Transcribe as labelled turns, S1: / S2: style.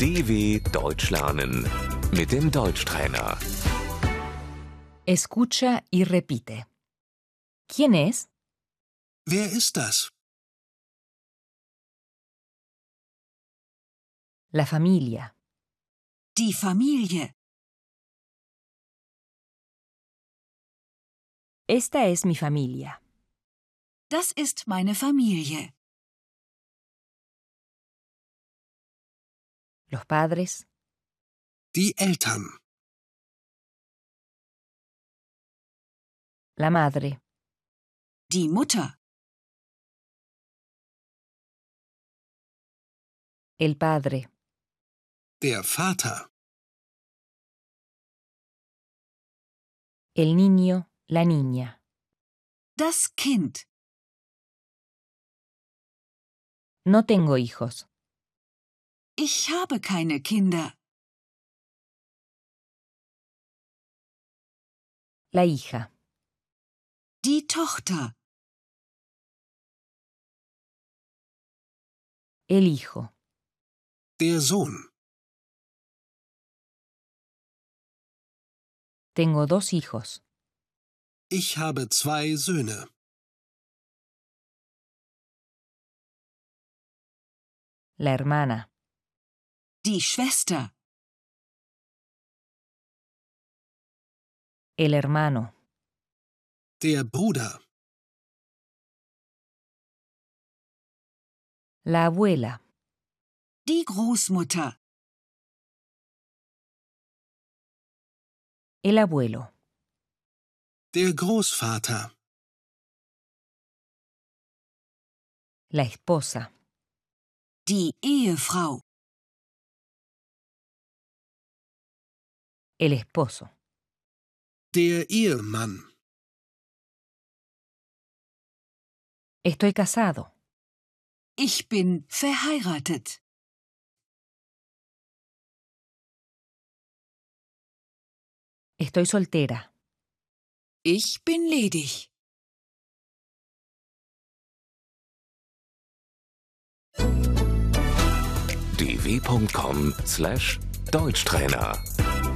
S1: DW Deutsch lernen mit dem Deutschtrainer.
S2: Escucha y repite. ¿Quién es?
S3: Wer ist das?
S2: La familia.
S4: Die Familie.
S2: Esta es mi familia.
S4: Das ist meine Familie.
S2: Los padres,
S3: Die Eltern.
S2: la madre,
S4: Die Mutter.
S2: el padre,
S3: Der Vater.
S2: el niño, la niña.
S4: Das Kind.
S2: No tengo hijos.
S4: Ich habe keine Kinder.
S2: La hija,
S4: Die Tochter.
S2: el hijo,
S3: Der Sohn.
S2: tengo dos hijos,
S3: Ich habe zwei Söhne.
S2: la hermana,
S4: Die Schwester.
S2: el hermano,
S3: Der Bruder.
S2: la abuela,
S4: Die Großmutter.
S2: el abuelo,
S3: Der Großvater.
S2: la esposa,
S4: Die Ehefrau.
S2: el esposo,
S3: Der Ehemann.
S2: estoy casado,
S4: Ich bin verheiratet.
S2: estoy soltera,
S4: Ich bin ledig.
S1: dw.com/deutschtrainer